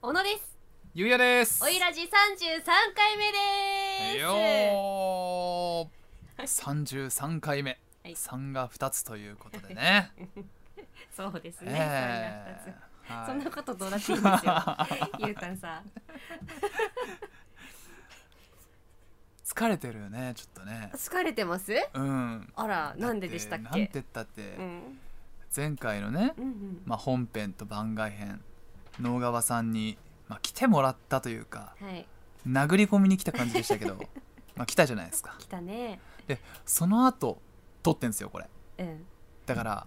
小野ですゆうやですおいらじ三十三回目ですよー33回目、はい3が2つということでねそう ですね、ええそれが二つ、そはんいなことどうだっていいんですよ ゆうたんさん疲れてるよねちょっとね疲れてますうんあらなんでだでしたっなんてけ言ったって、うん前回のねう、んうんまあ、本編と番外編能川さんに、まあ、来てもらったというかはい殴り込みに来た感じでし たけどまあ来たじゃないですか来たねその後撮ってんですよこれうんだから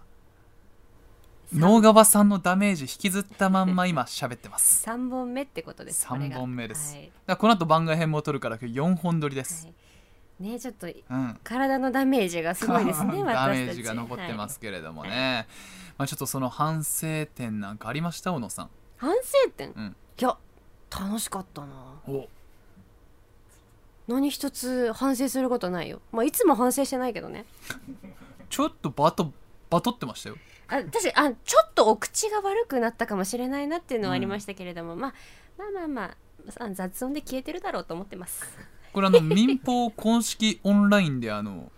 能川さんのダメージ引きずったまんま今喋ってます 三本目ってことですこれ3が本目です、はだいからこの後番外編も撮るから今日4本撮りです、はいねちょっとうん体のダメージがすごいです ね私たちダメージが残ってますけれどもね、まあ、ちょっとその反省点なんかありました小野さんはい反省点、うんいや楽しかったなお何一つ反省することないよまあいつも反省してないけどねちょっとバトバトってましたよあ確かにあちょっとお口が悪くなったかもしれないなっていうのはありましたけれども、まあ、まあまあまああ雑音で消えてるだろうと思ってますこれあの民放公式オンラインであの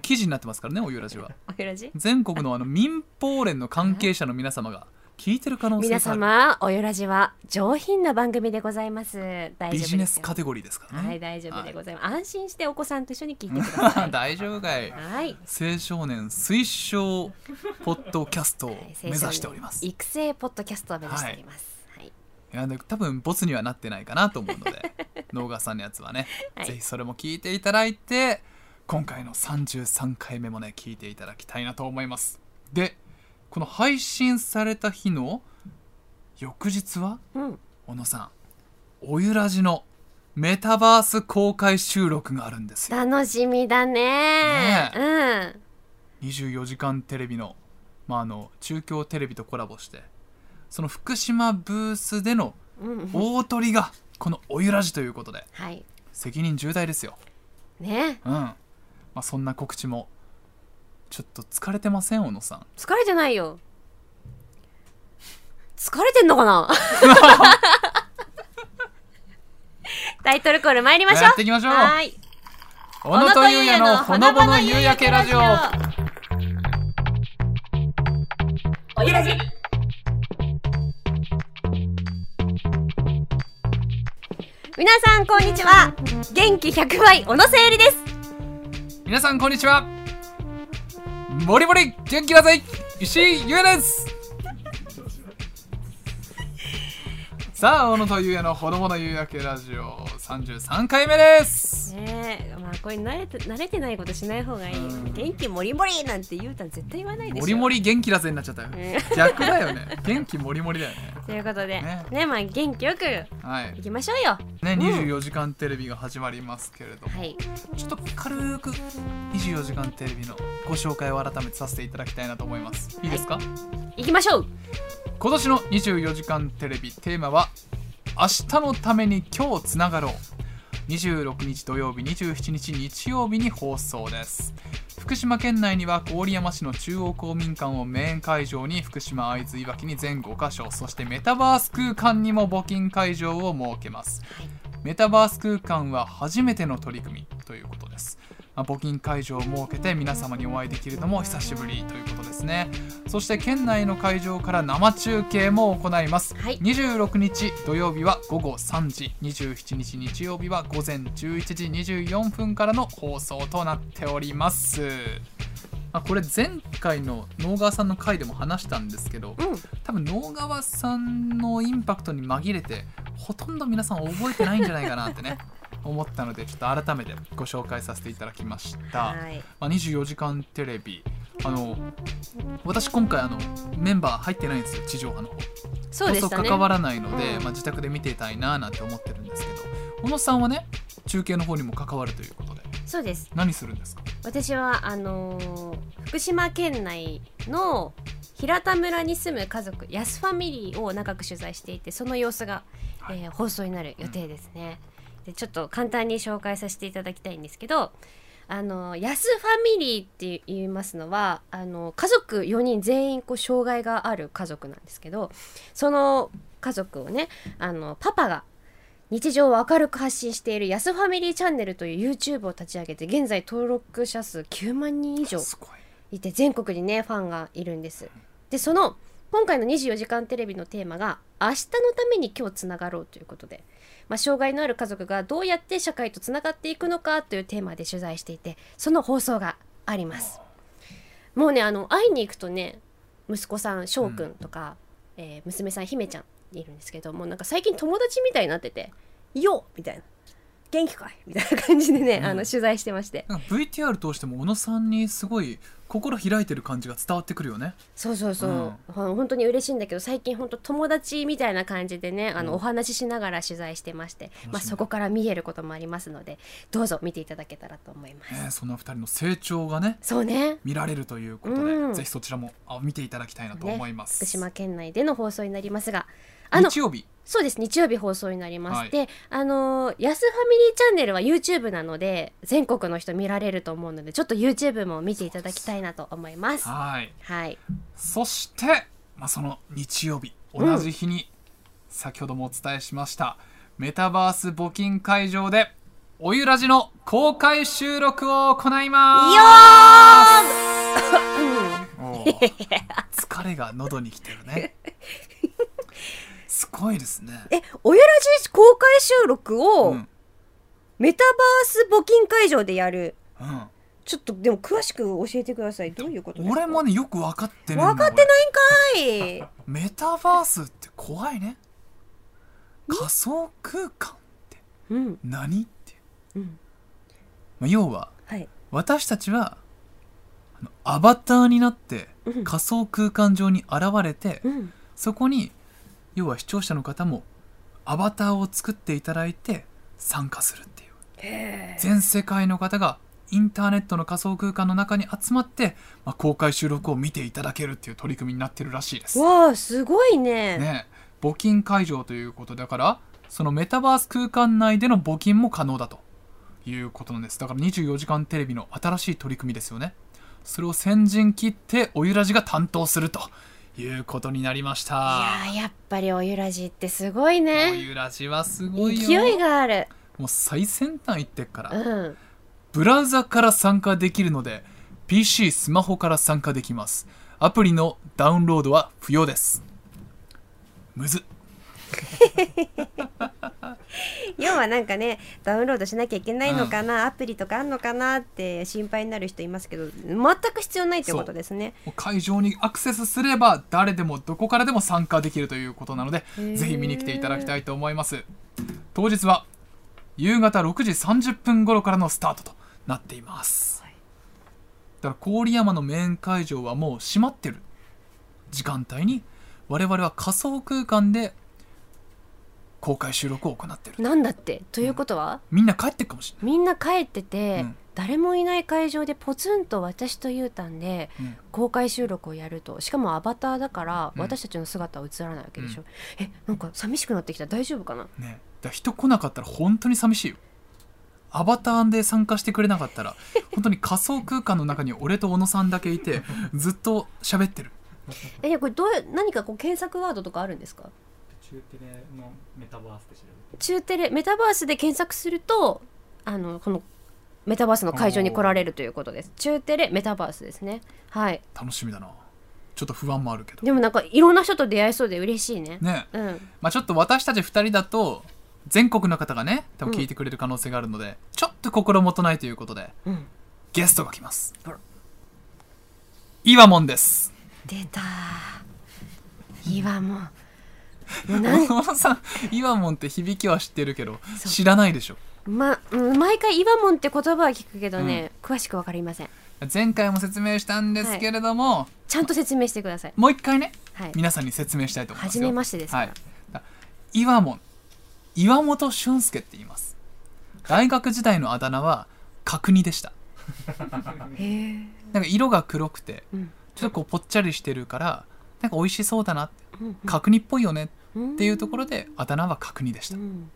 記事になってますから ねおゆらじはおよらじ全国のあの民放連の関係者の皆様が聞いてる可能性があ皆る様およらじは上品な番組でございます大丈夫ですビジネスカかテゴリーですからね、はい大丈夫でございます、安心してお子さんと一緒に聞いてください 大丈夫かいはい青少年推奨ポッドキャストを目指しておりますい育成ポッドキャストを目指しておりますはい、やで多分ボツにはなってないかなと思うので 能川さんのやつはね、はいぜひそれも聞いていただいて今回の33回目もね聞いていただきたいなと思いますでこの配信された日の翌日はうん小野さんおゆらじのメタバース公開収録があるんですよ楽しみだねねえうん24時間テレビの,、まあ、あの中京テレビとコラボしてその福島ブースでのうんうん、大トリがこの「おゆらじ」ということではい責任重大ですよねうん、まあ、そんな告知もちょっと疲れてません小野さん疲れてないよ疲れてんのかな タイトルコール参りましょうやっていきましょうはーい小野とゆうやのほのぼの夕焼けラジオおゆらじ皆さんこんにちは元気100倍小野せゆりです皆さんこんにちはボリボリ元気だぜ石井ゆうやですさあ小野とゆうやのほのぼの夕焼けラジオ33回目ですねえまあこれ慣れて慣れてないことしない方がいいようん元気もりもりなんて言うたら絶対言わないでしょもりもり元気だぜになっちゃったよう逆だ よね元気もりもりだよねということでねねまあ元気よくいはいねきましょうよ24時間テレビが始まりますけれども、はいちょっと軽く24時間テレビのご紹介を改めてさせていただきたいなと思いますいいですか、行きましょう今年の24時間テレビテーマは明日のために今日つながろう26日土曜日27日日曜日に放送です福島県内には郡山市の中央公民館をメイン会場に福島会津いわきに全5カ所そしてメタバース空間にも募金会場を設けますメタバース空間は初めての取り組みということですまあ募金会場を設けて皆様にお会いできるのも久しぶりということですねそして県内の会場から生中継も行います、はい26日土曜日は午後3時27日日曜日は午前11時24分からの放送となっておりますまあこれ前回の能川さんの回でも話したんですけどうん多分能川さんのインパクトに紛れてほとんど皆さん覚えてないんじゃないかなってね 思ったのでちょっと改めてご紹介させていただきました。はいまあ、24時間テレビあの私今回あのメンバー入ってないんですよ地上波の方そうで放し送たね関わらないので、うんまあ、自宅で見ていたいななんて思ってるんですけど小野さんはね中継の方にも関わるということでそうです何するんですか私はあのー福島県内の平田村に住む家族ヤスファミリーを長く取材していてその様子が、はいえー放送になる予定ですね、でちょっと簡単に紹介させていただきたいんですけどあの安ファミリーって言いますのはあの家族4人全員こう障害がある家族なんですけどその家族をねあのパパが日常を明るく発信している「安ファミリーチャンネル」という YouTube を立ち上げて現在登録者数9万人以上すごいいて全国にねファンがいるんですでその今回の『24時間テレビ』のテーマが「明日のために今日つながろう」ということで、まあ、障害のある家族がどうやって社会とつながっていくのかというテーマで取材していてその放送がありますもうねあの会いに行くとね息子さん翔くんとか、えー娘さん姫ちゃんいるんですけどもうなんか最近友達みたいになってて「よっ!」みたいな「元気かい?」みたいな感じでね、うんあの取材してましてなんか VTR 通しても小野さんにすごい心開いてる感じが伝わってくるよねそうそうそう、ほん、本当に嬉しいんだけど最近本当友達みたいな感じでねあの、うんお話ししながら取材してまして、いねまあ、そこから見えることもありますのでどうぞ見ていただけたらと思います。ねえそんな2人の成長がねそうね見られるということで、うんぜひそちらもあ見ていただきたいなとね思います、福島県内での放送になりますがあの日曜日そうです日曜日放送になります、はいであの「やすファミリーチャンネル」は YouTube なので全国の人見られると思うのでちょっと YouTube も見ていただきたいなと思います。はいはい、そして、まあ、その日曜日うん同じ日に先ほどもお伝えしました、メタバース募金会場でおゆらじの公開収録を行いますおー疲れが喉に来てる ねすごいですねえおやらじ公開収録を、うんメタバース募金会場でやる。うんちょっとでも詳しく教えてください。どういうことですか。俺もねよく分かってねえんだ分かって俺ない んかい。メタバースって怖いね仮想空間ってうん何っていう、うんまあ、要ははい。私たちはあのアバターになってうん仮想空間上に現れてうんそこに要は視聴者の方もアバターを作っていただいて参加するっていうへえ。全世界の方がインターネットの仮想空間の中に集まって、まあ、公開収録を見ていただけるっていう取り組みになってるらしいです。わあすごいね。ね、募金会場ということだからそのメタバース空間内での募金も可能だということなんですだから24時間テレビの新しい取り組みですよねそれを先陣切っておゆらじが担当するということになりましいたやーやっぱりおゆらじってすごいおね。ゆらじはすごいよ勢いがある。もう最先端行ってっから、うん。ブラウザから参加できるので PC スマホから参加できますアプリのダウンロードは不要ですむずっ要はなんかねダウンロードしなきゃいけないのかな、アプリとかあんのかなって心配になる人いますけど全く必要ないってことですね。もう会場にアクセスすれば誰でもどこからでも参加できるということなのでへーぜひ見に来ていただきたいと思います当日は夕方6時30分頃からのスタートとなっています、はいだから郡山のメイン会場はもう閉まってる時間帯に我々は仮想空間で公開収録を行ってるなんだってということは、みんな帰ってるかもしみんな帰ってて、うん誰もいない会場でポツンと私とゆうたんでれない、うん公開収録をやるとしかもアバターだからうん私たちの姿は映らないわけでしょ、うえなんか寂しくなってきた大丈夫かなねだから人来なかったら本当に寂しいよアバターで参加してくれなかっ たら本当に仮想空間の中に俺と小野さんだけいてずっと喋ってるえこれどう何かこう検索ワードとかあるんですか中テレのメタバースで調べて中テレメタバースで検索するとあのこのメタバースの会場に来られるということです中テレメタバースですねはい楽しみだなちょっと不安もあるけどでもなんかいろんな人と出会えそうで嬉しいねねうんまあちょっと私たち2人だと全国の方がね多分聞いてくれる可能性があるので、ちょっと心もとないということでうんゲストが来ますあらイワモンです出たー岩ももうなん小野さんイワモンって響きは知ってるけどそう知らないでしょま、うん毎回「岩門」って言葉は聞くけどね、詳しくわかりません前回も説明したんですけれども、ちゃんと説明してくださいもう一回ねはい皆さんに説明したいと思います初よめましてですから、はいだ岩門岩本俊介って言います大学時代のあだ名は角煮でしたへえなんか色が黒くてうんちょっとこうぽっちゃりしてるからなんか美味しそうだなってうん角煮っぽいよねうんっていうところであだ名は角煮でしうたん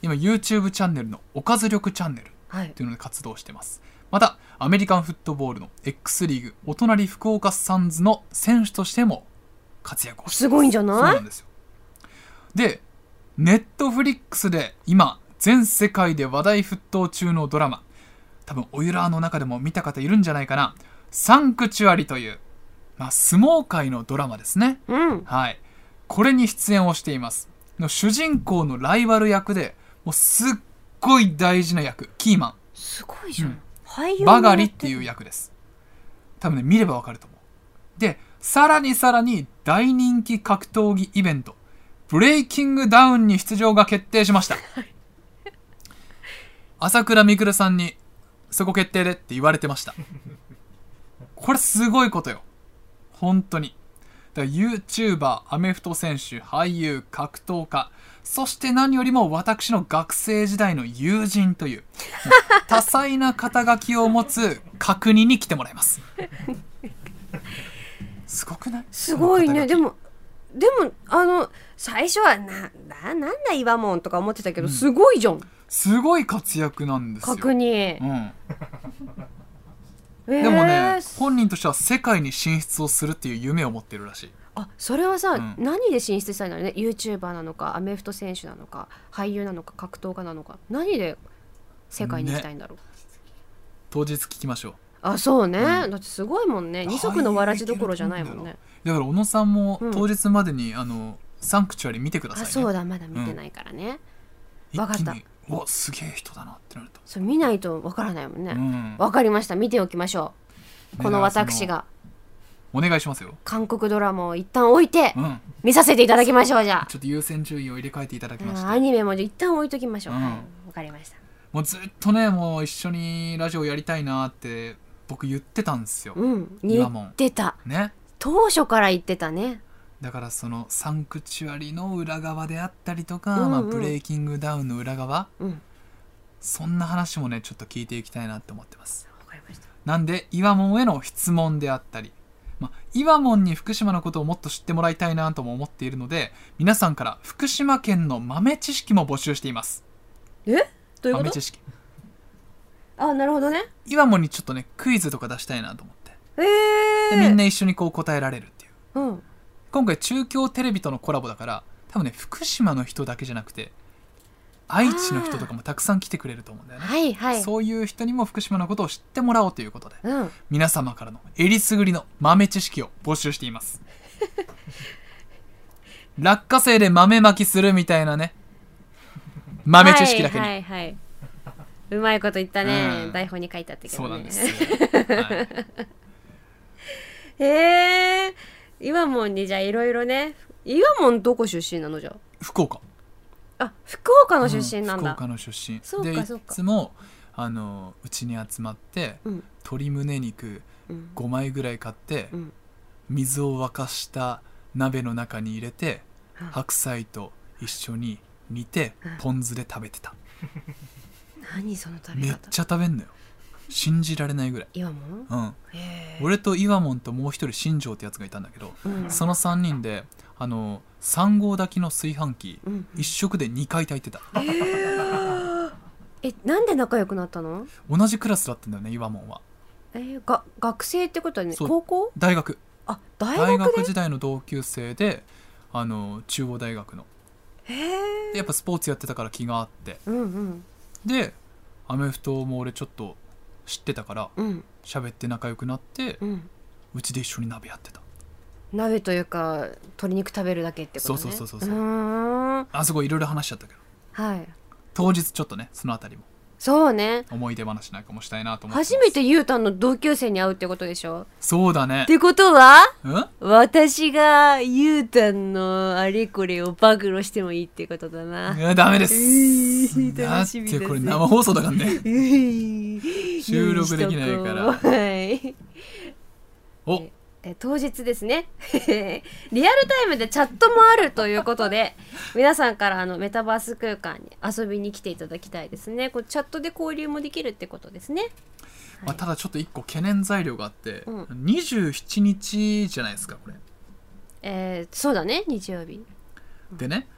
今 YouTube チャンネルのおかず力チャンネルっはいていうので活動してますまたアメリカンフットボールの X リーグお隣福岡サンズの選手としても活躍をしてすごいんじゃないそうなんですよでネットフリックスで今全世界で話題沸騰中のドラマ多分オユラーの中でも見た方いるんじゃないかなサンクチュアリという、まあ、相撲界のドラマですねうんはい、これに出演をしていますの主人公のライバル役でもうすっごい大事な役キーマすごいじゃうんん、俳優ンもやバるガリっていう役です多分ね見ればわかると思うでさらにさらに大人気格闘技イベントブレイキングダウンに出場が決定しました朝倉未来さんにそこ決定でって言われてましたこれすごいことよ本当にだから YouTuber アメフト選手俳優格闘家そして何よりも私の学生時代の友人という 多彩な肩書きを持つ角煮に来てもらいますすごくないすごいねでももでもあの最初はなななんだ岩門とか思ってたけど、うんすごいじゃんすごい活躍なんですよ確認、うんえーでもね、す本人としては世界に進出をするっていう夢を持ってるらしいあそれはさ、うん何で進出したいのね YouTuber なのかアメフト選手なのか俳優なのか格闘家なのか何で世界に行きたいんだろう、当日聞きましょうあそうね、うだってすごいもんね二足のわらじどころじゃないもんねだから小野さんもうん当日までに、あのサンクチュアリ見てくださいあねそうだまだ見てないからね、わかった一気にうわすげえ人だなってなると、それ見ないとわからないもんねうんわ、かりました見ておきましょうこの私がお願いしますよ、韓国ドラマを一旦置いてうん、見させていただきましょうじゃちょっと優先順位を入れ替えていただきましあたアニメも一旦置いときましょううはんいわ、かりましたもうずっとねもう一緒にラジオやりたいなって僕言ってたんですよ、うん今言もってたね当初から言ってたねだからそのサンクチュアリの裏側であったりとか、うんうんまあ、ブレイキングダウンの裏側うんそんな話もねちょっと聞いていきたいなって思ってますわかりましたなんで岩門への質問であったり、まあ、岩門に福島のことをもっと知ってもらいたいなとも思っているので皆さんから福島県の豆知識も募集していますえどういうこ豆と知識あなるほどね岩門にちょっとねクイズとか出したいなと思ってええでみんな一緒にこう答えられるっていううん今回中京テレビとのコラボだから多分ね福島の人だけじゃなくて愛知の人とかもたくさん来てくれると思うんだよね、はいはいそういう人にも福島のことを知ってもらおうということでうん皆様からのえりすぐりの豆知識を募集しています 落花生で豆まきするみたいなね豆知識だけに、はいはいはいうまいこと言ったね、うん台本に書いてあったけど、ね、そうな んですよ、はいへえ岩門にじゃあいろいろね岩門どこ出身なのじゃ福岡ああ福岡の出身なんうだ福岡の出身そうかでいそうかつもあのうちに集まって、うん鶏胸肉うん5枚ぐらい買って、うん水を沸かした鍋の中に入れてうん白菜と一緒に煮てうんポン酢で食べてた、何その食べめっ方ちゃ食べんのよ信じられないぐらい、岩門うん、へえ俺と岩門ともう一人新庄ってやつがいたんだけどうんその3人であの3合炊きの炊飯器うん1食で2回炊いてたえなんで仲良くなったの同じクラスだったんだよね岩門はえー、が学生ってことはねそう高校大学あ大大学学で時代の同級生であの中央大学のへえでやっぱスポーツやってたから気があってうんうんでアメフトも俺ちょっと知ってたからうん喋って仲良くなってうんうちで一緒に鍋やってた鍋というか鶏肉食べるだけってことねそうそうそうそうそううーんあそこいろいろ話しちゃったけどはい当日ちょっとねそのあたりもそうね思い出話なんかもしたいなと思ってます初めてゆうたんの同級生に会うってことでしょそうだねってことはうん私がゆうたんのあれこれを暴露してもいいってことだな、 いやダメです、えーだ楽っしみだてぜこれ生放送だから ね収収録できないからはいおえ当日ですね リアルタイムでチャットもあるということで皆さんからあのメタバース空間に遊びに来ていただきたいですねこうチャットで交流もできるってことですねまあ、ただちょっと一個懸念材料があって、うん27日じゃないですかこれえーそうだね日曜日でね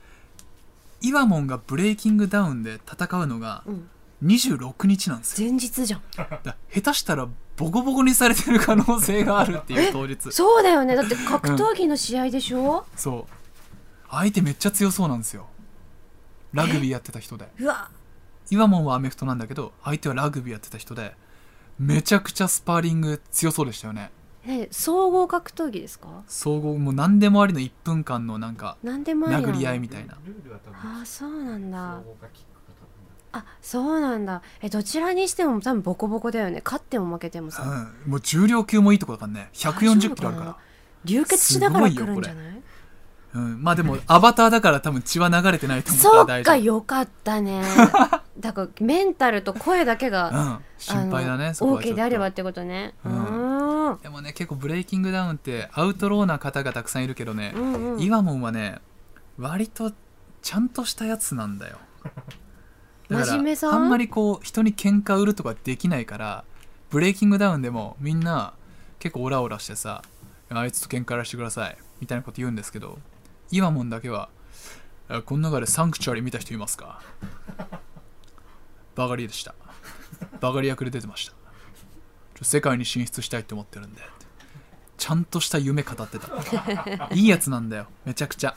イワモンがブレイキングダウンで戦うのがうん26日なんですよ前日じゃんだ下手したらボコボコにされてる可能性がある っていう当日そうだよねだって格闘技の試合でしょ、そう相手めっちゃ強そうなんですよラグビーやってた人でうわ今もはアメフトなんだけど相手はラグビーやってた人でめちゃくちゃスパーリング強そうでしたよねね総合格闘技ですか総合もう何でもありの1分間のなんか何でもありな殴り合いんだみたいなルールは多分ああそうなんだ総合かキックか多あ分そうなんだえどちらにしても多分ボコボコだよね勝っても負けてもさ、うん、もう重量級もいいとこだからね140キロあるか流血しながらす来ごいよるんじゃないら、うん、まあでもアバターだから多分血は流れてないと思うかそらう大か丈よかった ねだからメンタルと声だけ夫、うが、ん、心配だあねのそこはち OK ょっとであればってことねううんんうんでもね結構ブレイキングダウンってアウトローな方がたくさんいるけどね、うんイワモンはね割とちゃんとしたやつなんだよだ から真面目さんあんまりこう人に喧嘩売るとかできないからブレイキングダウンでもみんな結構オラオラしてさあいつと喧嘩やらしてくださいみたいなこと言うんですけどイワモンだけはあこの中でサンクチュアリ見た人いますか バガリでしたバガリ役で出てましたちょ世界に進出したいと思ってるんでってちゃんとした夢語ってた いいやつなんだよめちゃくちゃ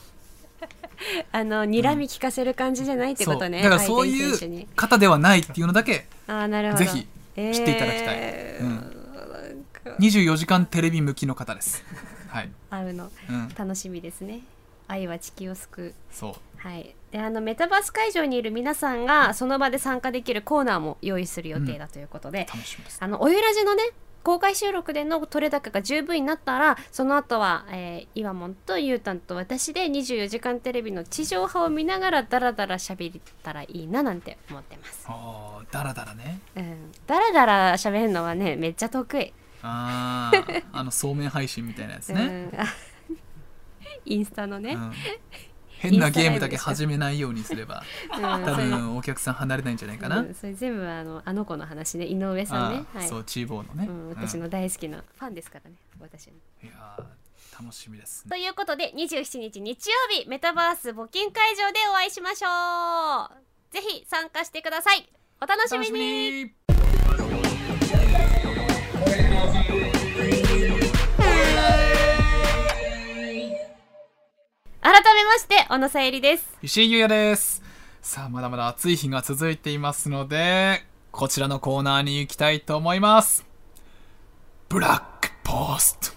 あの睨み聞かせる感じじゃないってことね、そうだからそう相手いに選手うに方ではないっていうのだけあーなるほどぜひ知っていただきたいえーうんなんか24時間テレビ向きの方ですはい、あるのうん、楽しみですね愛は地球を救うそうはい、であのメタバース会場にいる皆さんがその場で参加できるコーナーも用意する予定だということで、楽しみですあのおゆらじのね公開収録での取れ高が十分になったらその後は、えー、岩門とゆうたんと私で『24時間テレビ』の地上波を見ながらダラダラ喋れたらいいななんて思ってます、あーだらだらねうん、ダラダラ喋るのはねめっちゃ得意、あーあのそうめん配信みたいなやつうね、ん、あインスタのうね、ん、変なゲームだけ始めないようにすればうん多それ分お客さん離れないんじゃないかな、うんそれ全部あのあの子の話ね井上さんねあーはいそうチーボーのね、うん、うん私の大好きなファンですからね、私の。いやー楽しみですねということで、27日日曜日、メタバース募金会場でお会いしましょう。ぜひ参加してください。お楽しみに。に改めまして、小野さゆりです。石井優也ですさあまだまだ暑い日が続いていますのでこちらのコーナーに行きたいと思いますブラックポスト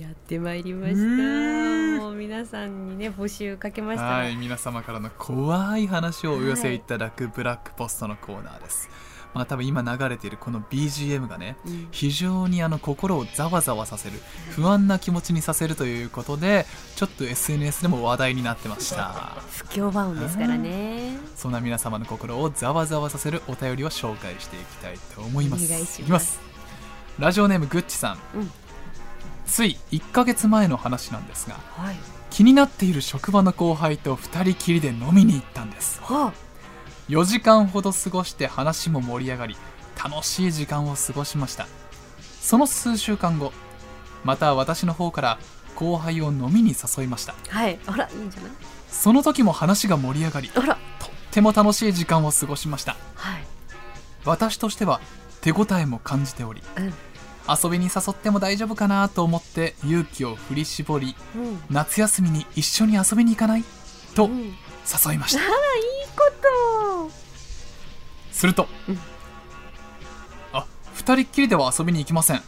やってまいりましたうーんもう皆さんにね、募集かけまはい皆様からの怖い話をお寄せいただくブラックポストのコーナーです、まあ多分今流れているこの BGM がね、うん非常にあの心をざわざわさせる不安な気持ちにさせるということでちょっと SNS でも話題になってました不協和音ですからね。そんな皆様の心をざわざわさせるお便りを紹介していきたいと思いますお願いしますいきラジオネームぐっちさん、うんつい1ヶ月前の話なんですがはい。気になっている職場の後輩と2人きりで飲みに行ったんですは4時間ほど過ごして話も盛り上がり楽しい時間を過ごしましたその数週間後また私の方から後輩を飲みに誘いましたあ、はい。あら、いいんじゃないその時も話が盛り上がりとあら、っても楽しい時間を過ごしましたはい。私としては手応えも感じており、うん遊びに誘っても大丈夫かなと思って勇気を振り絞り うん。夏休みに一緒に遊びに行かないとうん、いい誘いました、ことすると、うんあ二人っきりでは遊びに行きません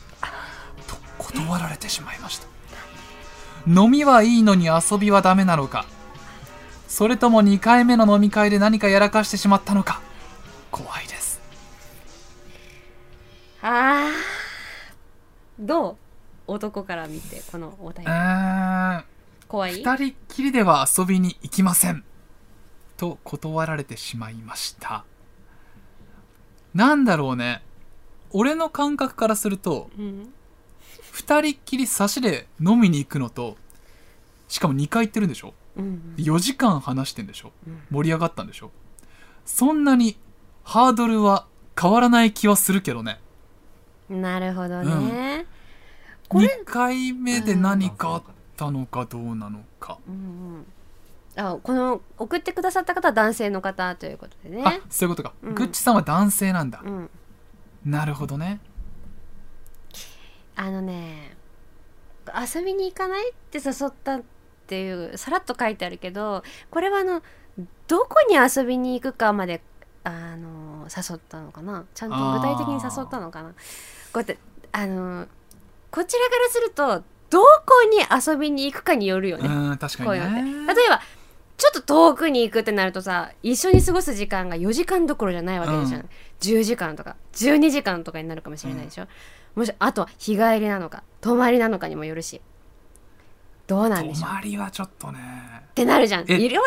と断られてしまいました飲みはいいのに遊びはダメなのかそれとも2回目の飲み会で何かやらかしてしまったのか怖いですあーどう男から見てこのお題うーん怖い二人っきりでは遊びに行きませんと断られてしまいましたなんだろうね俺の感覚からするとうん、二人っきり差しで飲みに行くのとしかも2回行ってるんでしょうん、 4時間話してんでしょうん盛り上がったんでしょそんなにハードルは変わらない気はするけどねなるほどね、これ2回目で何かあったのかどうなのかうんうん、あこの送ってくださった方は男性の方ということであね、そういうことか。うんグッチさんは男性なんだう。ん、なるほどね。あのね遊びに行かないって誘ったっていうさらっと書いてあるけどこれはあのどこに遊びに行くかまであの誘ったのかなちゃんと具体的に誘ったのかなこうやってあのこちらからするとどこに遊びに行くかによるようね、ん、確こかういうのってにね。例えばちょっと遠くに行くってなるとさ一緒に過ごす時間が4時間どころじゃないわけじゃん、うん10時間とか12時間とかになるかもしれないでしょ、もしあとは日帰りなのか泊まりなのかにもよるしどうなんで泊しょうっまりはちょっとね。てなるじゃんいえろいろ考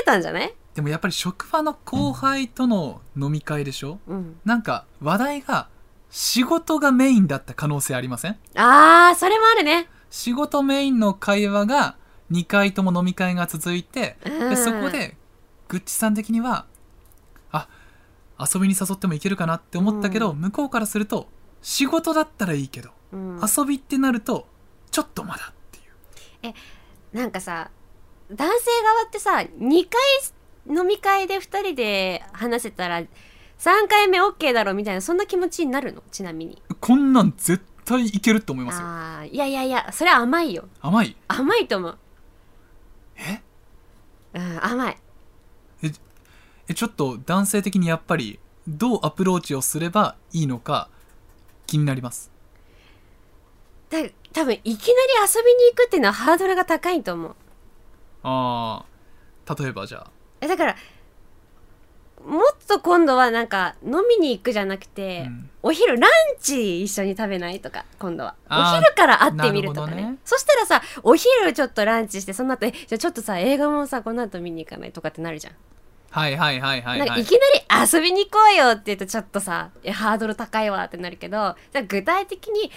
えたんじゃない、でもやっぱり職場の後輩との飲み会でしょうん、なんか話題が仕事がメインだった可能性ありませんあーそれもあるね、仕事メインの会話が2回とも飲み会が続いてうでん、そこでグッチさん的にはあ遊びに誘ってもいけるかなって思ったけど、う向こうからすると仕事だったらいいけど、うん、遊びってなるとちょっとまだっていうなんかさ男性側ってさ2回飲み会で2人で話せたら3回目 OK だろみたいなそんな気持ちになるのちなみにこんなん絶対いけると思いますよああーいやいやいやそれは甘いよ甘い甘いと思うえうん甘いえちょっと男性的にやっぱりどうアプローチをすればいいのか気になりますだ多分いきなり遊びに行くっていうのはハードルが高いと思うああ例えばじゃえだからもっと今度はなんか飲みに行くじゃなくあ、て、うんお昼ランチ一緒に食べないとか今度はあーお昼から会ってみるとかなねるほどねそしたらさお昼ちょっとランチしてその後えじゃあちょっとさ映画もさこの後見に行かないとかってなるじゃん,、はいはいはいはいなんはかいいきなり遊びに行こうよって言うとちょっとさいやハードル高いわってなるけどだから具体的に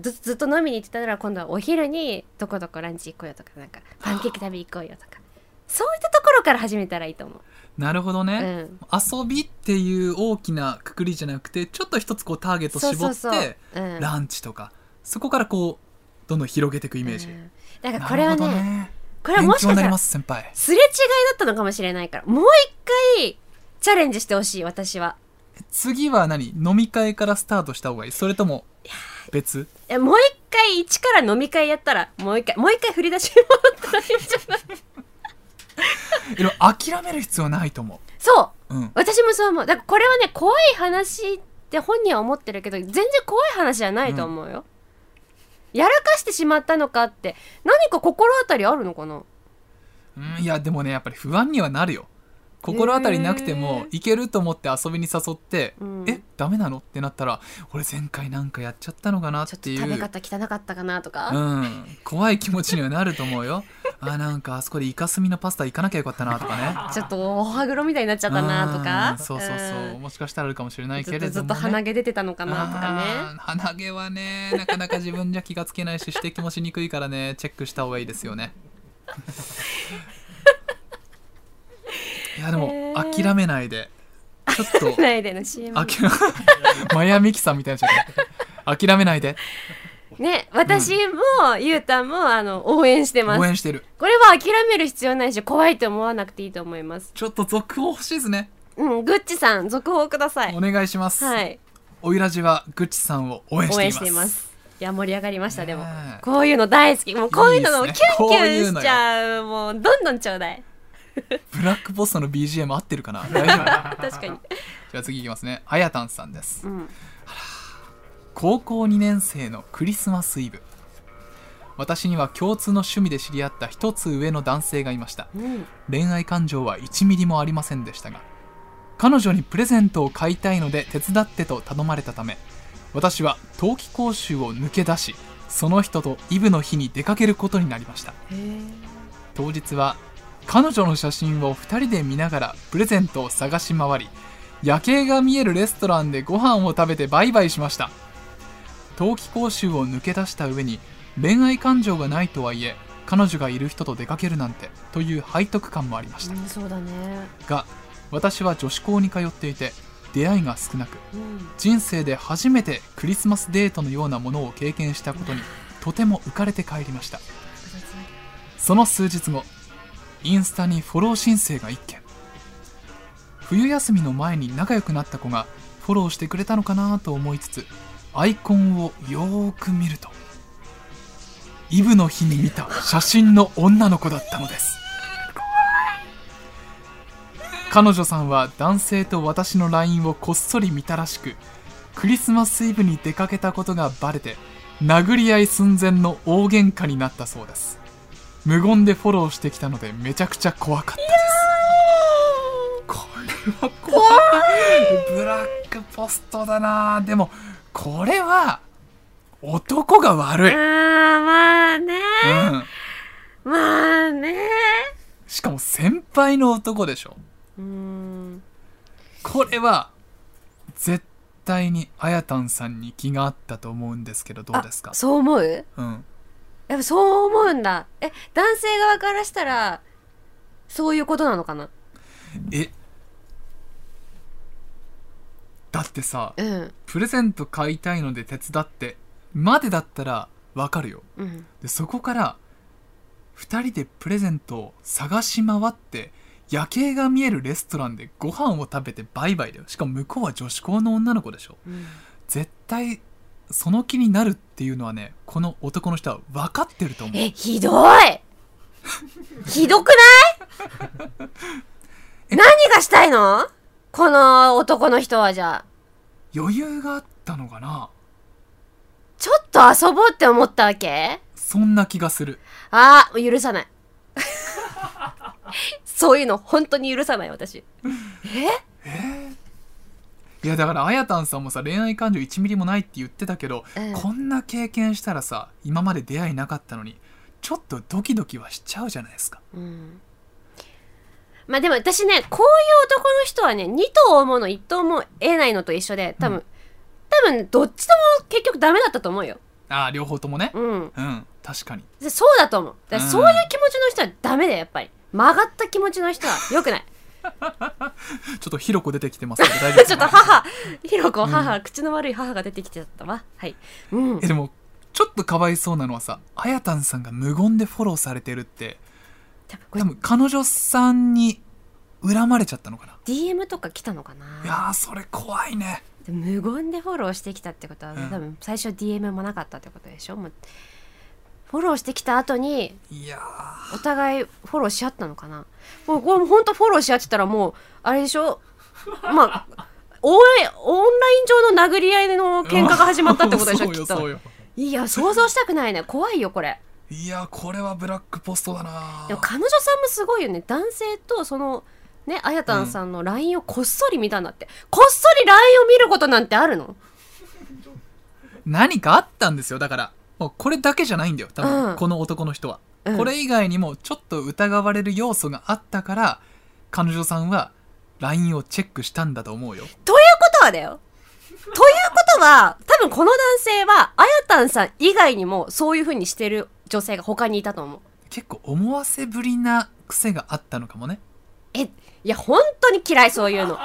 ずずっと飲みに行ってたら今度はお昼にどこどこランチ行こうよとかなんかパンケーキ食べ行こうよとかそういったところから始めたらいいと思う。なるほどね、うん遊びっていう大きなくくりじゃなくてちょっと一つこうターゲットを絞ってそうそうそううんランチとかそこからこうどんどん広げていくイメージ、うんだからこなれるはほどねねこれはもしかし勉強になたりらます先輩すれ違いだったのかもしれないからもう一回チャレンジしてほしい私は次は何飲み会からスタートした方がいいそれとも別えもう一回一から飲み会やったらもう一回もう一回振り出しに戻ったらいいんじゃないでも諦める必要はないと思そうううん私もそう思うだからこれはね怖い話って本人は思ってるけど全然怖い話じゃないと思うよ、やらかしてしまったのかって何か心当たりあるのかなうんいやでもねやっぱり不安にはなるよ心当たりなくても、いけると思って遊びに誘って、うんえダメなのってなったら俺前回なんかやっちゃったのかなっちょってという食べ方汚かったかなとか、うん、怖い気持ちにはなると思うよ あなんかあそこでイカスミのパスタ行かなきゃよかったなと かねちょっとお歯黒みたいになっちゃったなとうかんそうそうそう、んもしかしたらあるかもしれないけずれっども、とずね、っと鼻毛出てたのかなとかねあー鼻毛はねなかなか自分じゃ気がつけないし指摘もしにくいからねチェックした方がいいです よねいやでも、えー諦めないでちょっとないでの CM あき マヤミキさんみたいになっちゃった諦めないでね私も、ゆうたんもあの応援してま応す援してるこれは諦める必要ないし怖いと思わなくていいと思いますちょっと続報欲しいですねうんグッチさん続報くださいお願いします、はいおいらじはグッチさんを応援し応てい援ましすていますいや盛り上がりましたでもねえこういうの大好きもうこういうのいいキュでンキすねュンこういうのよしちゃうもうどんどんちょうだいブラックボスの BGM 合ってるかな大丈夫じゃ確かにあ次いきますねあやたんさんですうん高校2年生のクリスマスイブ私には共通の趣味で知り合った一つ上の男性がいましたうん恋愛感情は1ミリもありませんでしたが彼女にプレゼントを買いたいので手伝ってと頼まれたため私は冬季講習を抜け出しその人とイブの日に出かけることになりました当日は彼女の写真を2人で見ながらプレゼントを探し回り夜景が見えるレストランでご飯を食べてバイバイしました冬季講習を抜け出した上に恋愛感情がないとはいえ彼女がいる人と出かけるなんてという背徳感もありましたそうだねが私は女子校に通っていて出会いが少なくうん人生で初めてクリスマスデートのようなものを経験したことにとても浮かれて帰りましたその数日後インスタにフォロー申請が1件冬休みの前に仲良くなった子がフォローしてくれたのかなと思いつつアイコンをよーく見るとイブの日に見た写真の女の子だったのです彼女さんは男性と私の LINE をこっそり見たらしくクリスマスイブに出かけたことがバレて殴り合い寸前の大喧嘩になったそうです無言でフォローしてきたのでめちゃくちゃ怖かったですこれは怖いブラックポストだなでもこれは男が悪い、うん、あーまあねまあねしかも先輩の男でしょうーんこれは絶対にあやたんさんに気があったと思うんですけどどうですかあそう思ううんやっぱそう思うんだえ男性側からしたらそういうことなのかなえだってさうんプレゼント買いたいので手伝ってまでだったらわかるようんでそこから2人でプレゼントを探し回って夜景が見えるレストランでご飯を食べてバイバイだよしかも向こうは女子校の女の子でしょうん絶対その気になるっていうのはねこの男の人は分かってると思うえひどいひどく ない何がしたいのこの男の人はじゃあ余裕があったのかなちょっと遊ぼうって思ったわけそんな気がするあー許さない そういうの本当に許さない私いやだからあやたんさんもさ恋愛感情1ミリもないって言ってたけど、うんこんな経験したらさ今まで出会いなかったのにちょっとドキドキはしちゃうじゃないですかうんまあでも私ねこういう男の人はね2頭思うの1頭も得ないのと一緒で多分、うん多分どっちとも結局ダメだったと思うよああ両方ともねうんうん確かにでそうだと思うだからうんそういう気持ちの人はダメだよやっぱり曲がった気 持ちの人はよくないちょっとひろこ出てきてますけど大丈夫ですちょっと母ひろこ母、口の悪い母が出てきてたわはいうんえでもちょっとかわいそうなのはさあやたんさんが無言でフォローされてるってこれ多分彼女さんに恨まれちゃったのかな DM とか来たのかいなやーそれ怖いねで無言でフォローしてきたってことは、うん多分最初 DM もなかったってことでしょもうフォローしてきた後にいやーお互いフォローし合ったのかなもうこれ本当フォローし合ってたらもうあれでしょまあオンラインオンライン上の殴り合いの喧嘩が始まったってこと でしょ そうきよっそうとよいや想像したくないね 怖いよこれいやーこれはブラックポストだなでも彼女さんもすごいよね男性とそのねあやたんさんの LINE をこっそり見たんだって、こっそり LINE を見ることなんてあるの何かあったんですよだからもうこれだけじゃないんだよ多分、うんこの男の人は、うんこれ以外にもちょっと疑われる要素があったから彼女さんは LINE をチェックしたんだと思うよということはだよということは多分この男性はあやたんさん以外にもそういうふうにしてる女性が他にいたと思う結構思わせぶりな癖があったのかもねえいや本当に嫌いそういうの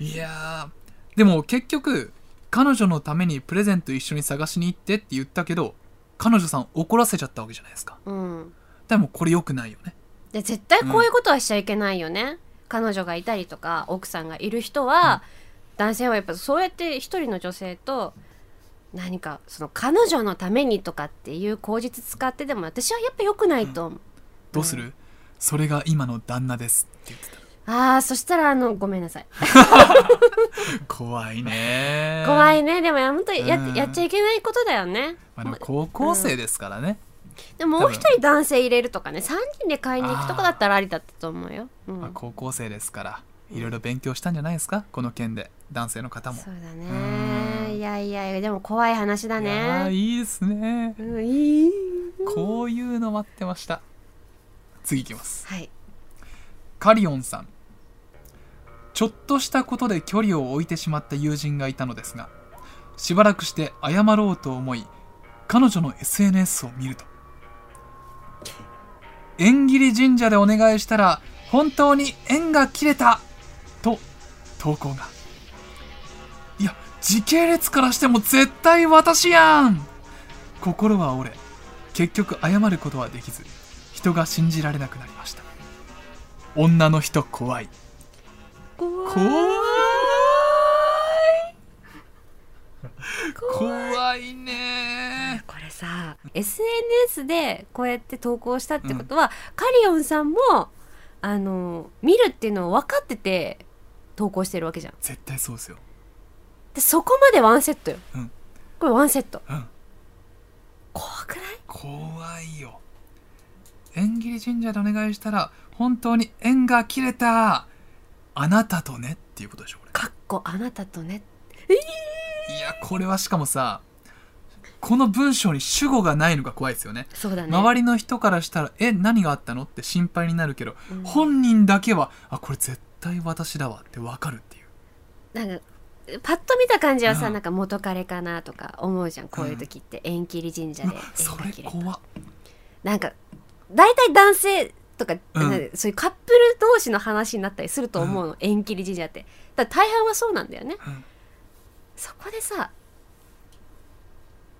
いやーでも結局彼女のためにプレゼント一緒に探しに行ってって言ったけど彼女さん怒らせちゃったわけじゃないですかうんでもこれ良くないよねで絶対こういうことはしちゃいけないよね、彼女がいたりとか奥さんがいる人は、男性はやっぱそうやって一人の女性と何かその彼女のためにとかっていう口実使ってでも私はやっぱ良くないと思う、どうする、それが今の旦那ですって言ってたああそしたらあのごめんなさい怖いね怖い、いねでも本当や,、うんやっちゃいけないことだよねまあ、でも高校生ですからね、でももう一人男性入れるとかね3人で買いに行くとこだったらありだったと思うよ、うんまあ、高校生ですからいろいろ勉強したんじゃないですかこの件で男性の方もそうだうねんいやいやでも怖い話だいやーねいいですねうんいいこういうの待ってました次いきますはいカリオンさんちょっとしたことで距離を置いてしまった友人がいたのですがしばらくして謝ろうと思い彼女の SNS を見ると縁切り神社でお願いしたら本当に縁が切れたと投稿がいや時系列からしても絶対私やん心は折れ結局謝ることはできず人が信じられなくなりました女の人怖い怖怖い怖い怖いねこれさ SNS でこうやって投稿したってことは、カリオンさんもあの見るっていうのを分かってて投稿してるわけじゃん絶対そうですよでそこまでワンセットよ、うんこれワンセットうん怖くない怖いよ縁切り神社でお願いしたら本当に縁が切れたあなたとねっていうことでしょこれかっこあなたとねいやこれはしかもさこの文章に主語がないのが怖いですよねそうだね周りの人からしたら「え何があったの?」って心配になるけど、うん本人だけは「あこれ絶対私だわ」って分かるっていうなんかパッと見た感じはさ、うんなんか元彼かなとか思うじゃんこういう時って縁切り神社うでわそれ縁切り怖っなんか大体男性とか、うんなんかそういうカップル同士の話になったりすると思うの、縁切り神社ってだから大半はそうなんだよねうんそこでさ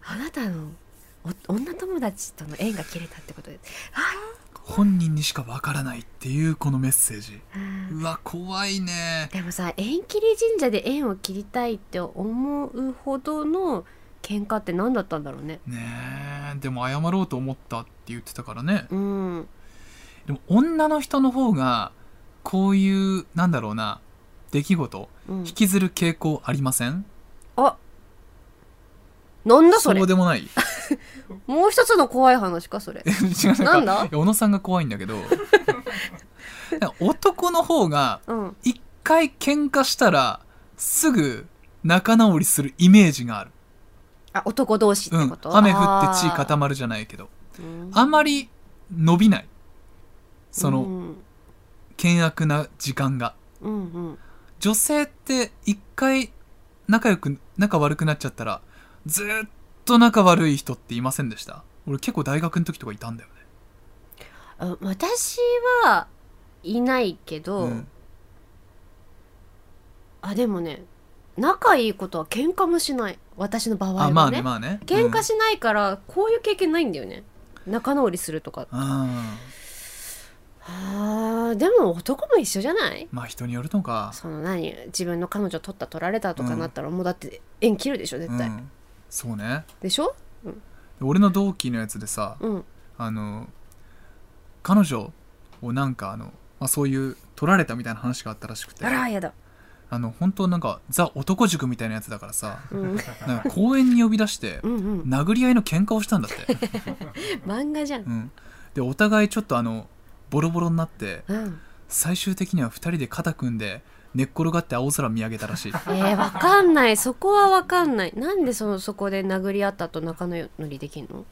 あなたのお女友達との縁が切れたってことで本人にしか分からないっていうこのメッセージうんうわ怖いねでもさ縁切り神社で縁を切りたいって思うほどの喧嘩って何だったんだろうねねえでも謝ろうと思ったって言ってたからねうんでも女の人の方がこういうなんだろうな出来事うん引きずる傾向ありません、あなんだそれそうでもない もう一つの怖い話かそれえ違うなんだかいや小野さんが怖いんだ けどなんか男の方がうん一回喧嘩したらすぐ仲直りするイメージがある、あ男同士っうてんこと、雨降って地固固まるじゃないけどまあんまり伸びないその、うん険悪な時間がうんうん女性って一回仲良く仲悪くなっちゃったらずーっと仲悪い人っていませんでした俺結構大学の時とかいたんだよねあ私はいないけど、ん、あでもね仲いいことは喧嘩もしない私の場合はあね,、まあねまあね喧嘩しないから、こういう経験ないんだよね仲直りするとかうん、うんあーでも男も一緒じゃないまあ人によるのかその何自分の彼女取った取られたとかなったら、もうだって縁切るでしょ絶対、うん、そうねでしょ俺の同期のやつでさうんあの彼女をなんかあの、まあ、そういう取られたみたいな話があったらしくてあらやだ、あの本当なんかザ男塾みたいなやつだからさうん、う んなんか公園に呼び出してうん殴り合いの喧嘩をしたんだって漫画じゃんうん、でお互いちょっとあのボロボロになってうん最終的には2人で肩組んで寝っ転がって青空見上げたらしいえ ー、わかんないそこはわかんないなんでそのそこで殴り合ったと仲直りできんの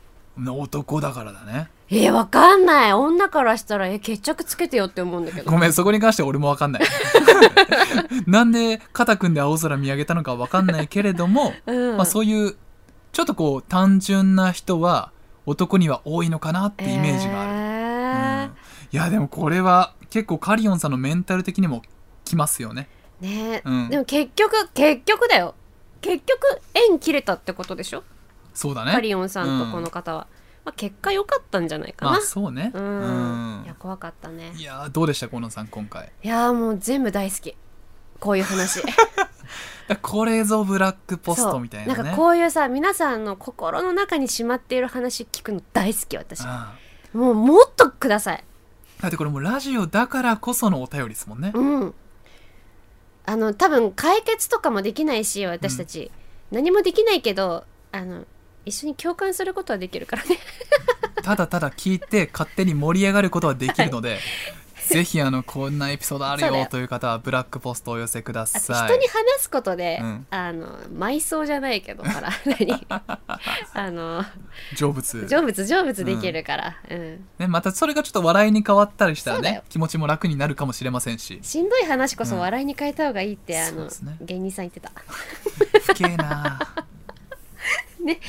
男だからだねえー、わかんない女からしたらえー決着つけてよって思うんだけどごめんそこに関しては俺も分かんない なんで肩組んで青空見上げたのか分かんないけれども、うんまあ、そういうちょっとこう単純な人は男には多いのかなってイメージがある、あうんいやでもこれは結構カリオンさんのメンタル的にもきますよねえーねえ、うんでも結局結局だよ結局縁切れたってことでしょそうだカねリオンさんうとんこの方は、まあ、結果良かったんじゃないかな、まあそうねうんうんいや怖かったねいやーどうでした河野さん今回いやーもう全部大好きこういう話これぞブラックポスそトうみたいなねんかこういうさ皆さんの心の中にしまっている話聞くの大好き私あもうもっとくださいあだってこれもうラジオだからこそのお便りですもんね、うんあの多分解決とかもできないし私たち、何もできないけどあの一緒に共感することはできるからねただただ聞いて勝手に盛り上がることはできるので、 ぜひあのこんなエピソードあるそうだよよという方はブラックポストをお寄せくだあとさい 人に話すことで、うんあの埋葬じゃない けどから何あの成仏、成仏成仏できるから、うんね、またそれがちょっと笑いに変わったりしたらそうだねよ気持ちも楽になるかもしれませんししんどい話こうそん笑いに変えた方がいいって、あそうのですね芸人さん言ってた不敬な ね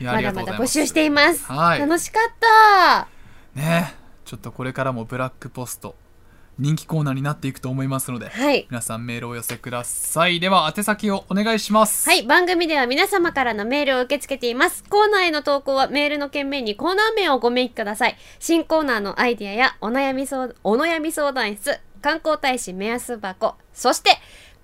いやあまりがだとうまだ募ございます集しています、はい楽しかったねちょっとこれからもブラックポスト人気コーナーになっていくと思いますのではい皆さんメールをお寄せくださいでは宛先をお願いしますはい、番組では皆様からのメールを受け付けています。コーナーへの投稿はメールの件名にコーナー名をご明記ください。新コーナーのアイディアやお悩み相お悩み相談室、観光大使目安箱、そして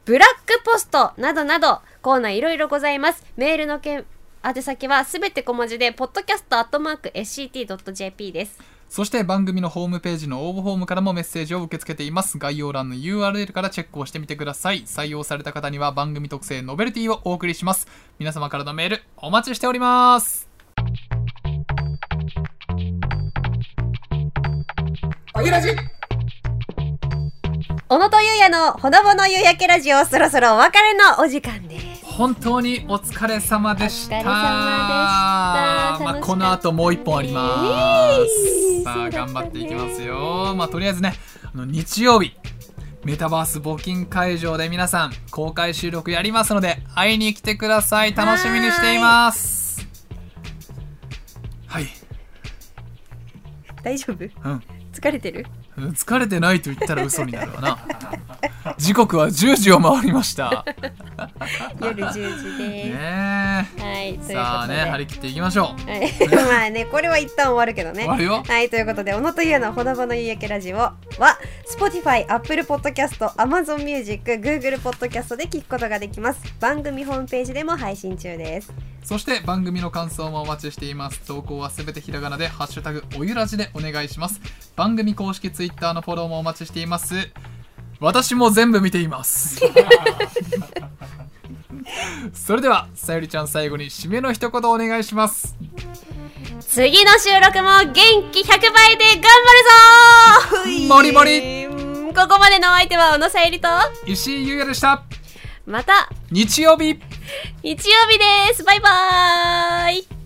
ブラックポストなどなどコーナーいろいろございます。メールの件宛先はすべて小文字で podcast@sct.jp です。そして番組のホームページの応募フォームからもメッセージを受け付けています概要欄の URL からチェックをしてみてください採用された方には番組特製ノベルティをお送りします皆様からのメールお待ちしておりますあげラジ小野とゆうやのほのぼの夕焼けラジオそろそろお別れのお時間です。本当にお疲れ様でしたお疲れ様でしたまあ、楽しかったねこの後もう一本あります、ねえさそあうだった頑ね張っていきますよまあとりあえずねあの日曜日メタバース募金会場で皆さん公開収録やりますので会いに来てください楽しみにしていますはい大丈夫うん疲れて る疲れてないと言ったら嘘になるわな時刻は10時を回り ました夜10時です。ねはい、というえことで。さあね張り切っていきましょうはい まあね、これは一旦終わるけどね。終わるよはい、ということで、小野とゆうのほのぼの夕焼けラジオは、Spotify、Apple Podcast、Amazon Music、Google Podcast で聞くことができます。番組ホームページでも配信中です。そして番組の感想もお待ちしています投稿はすべてひらがなで「ハッシュタグおゆらじ」でお願いします番組公式ツイッターのフォローもお待ちしています私も全部見ています それではさゆりちゃん最後に締めの一言お願いします次の収録も元気100倍で頑張るぞもりもりりここまでのお相手は小野さゆりと、石井優也でしたまた日曜日日曜日ですバイバーイ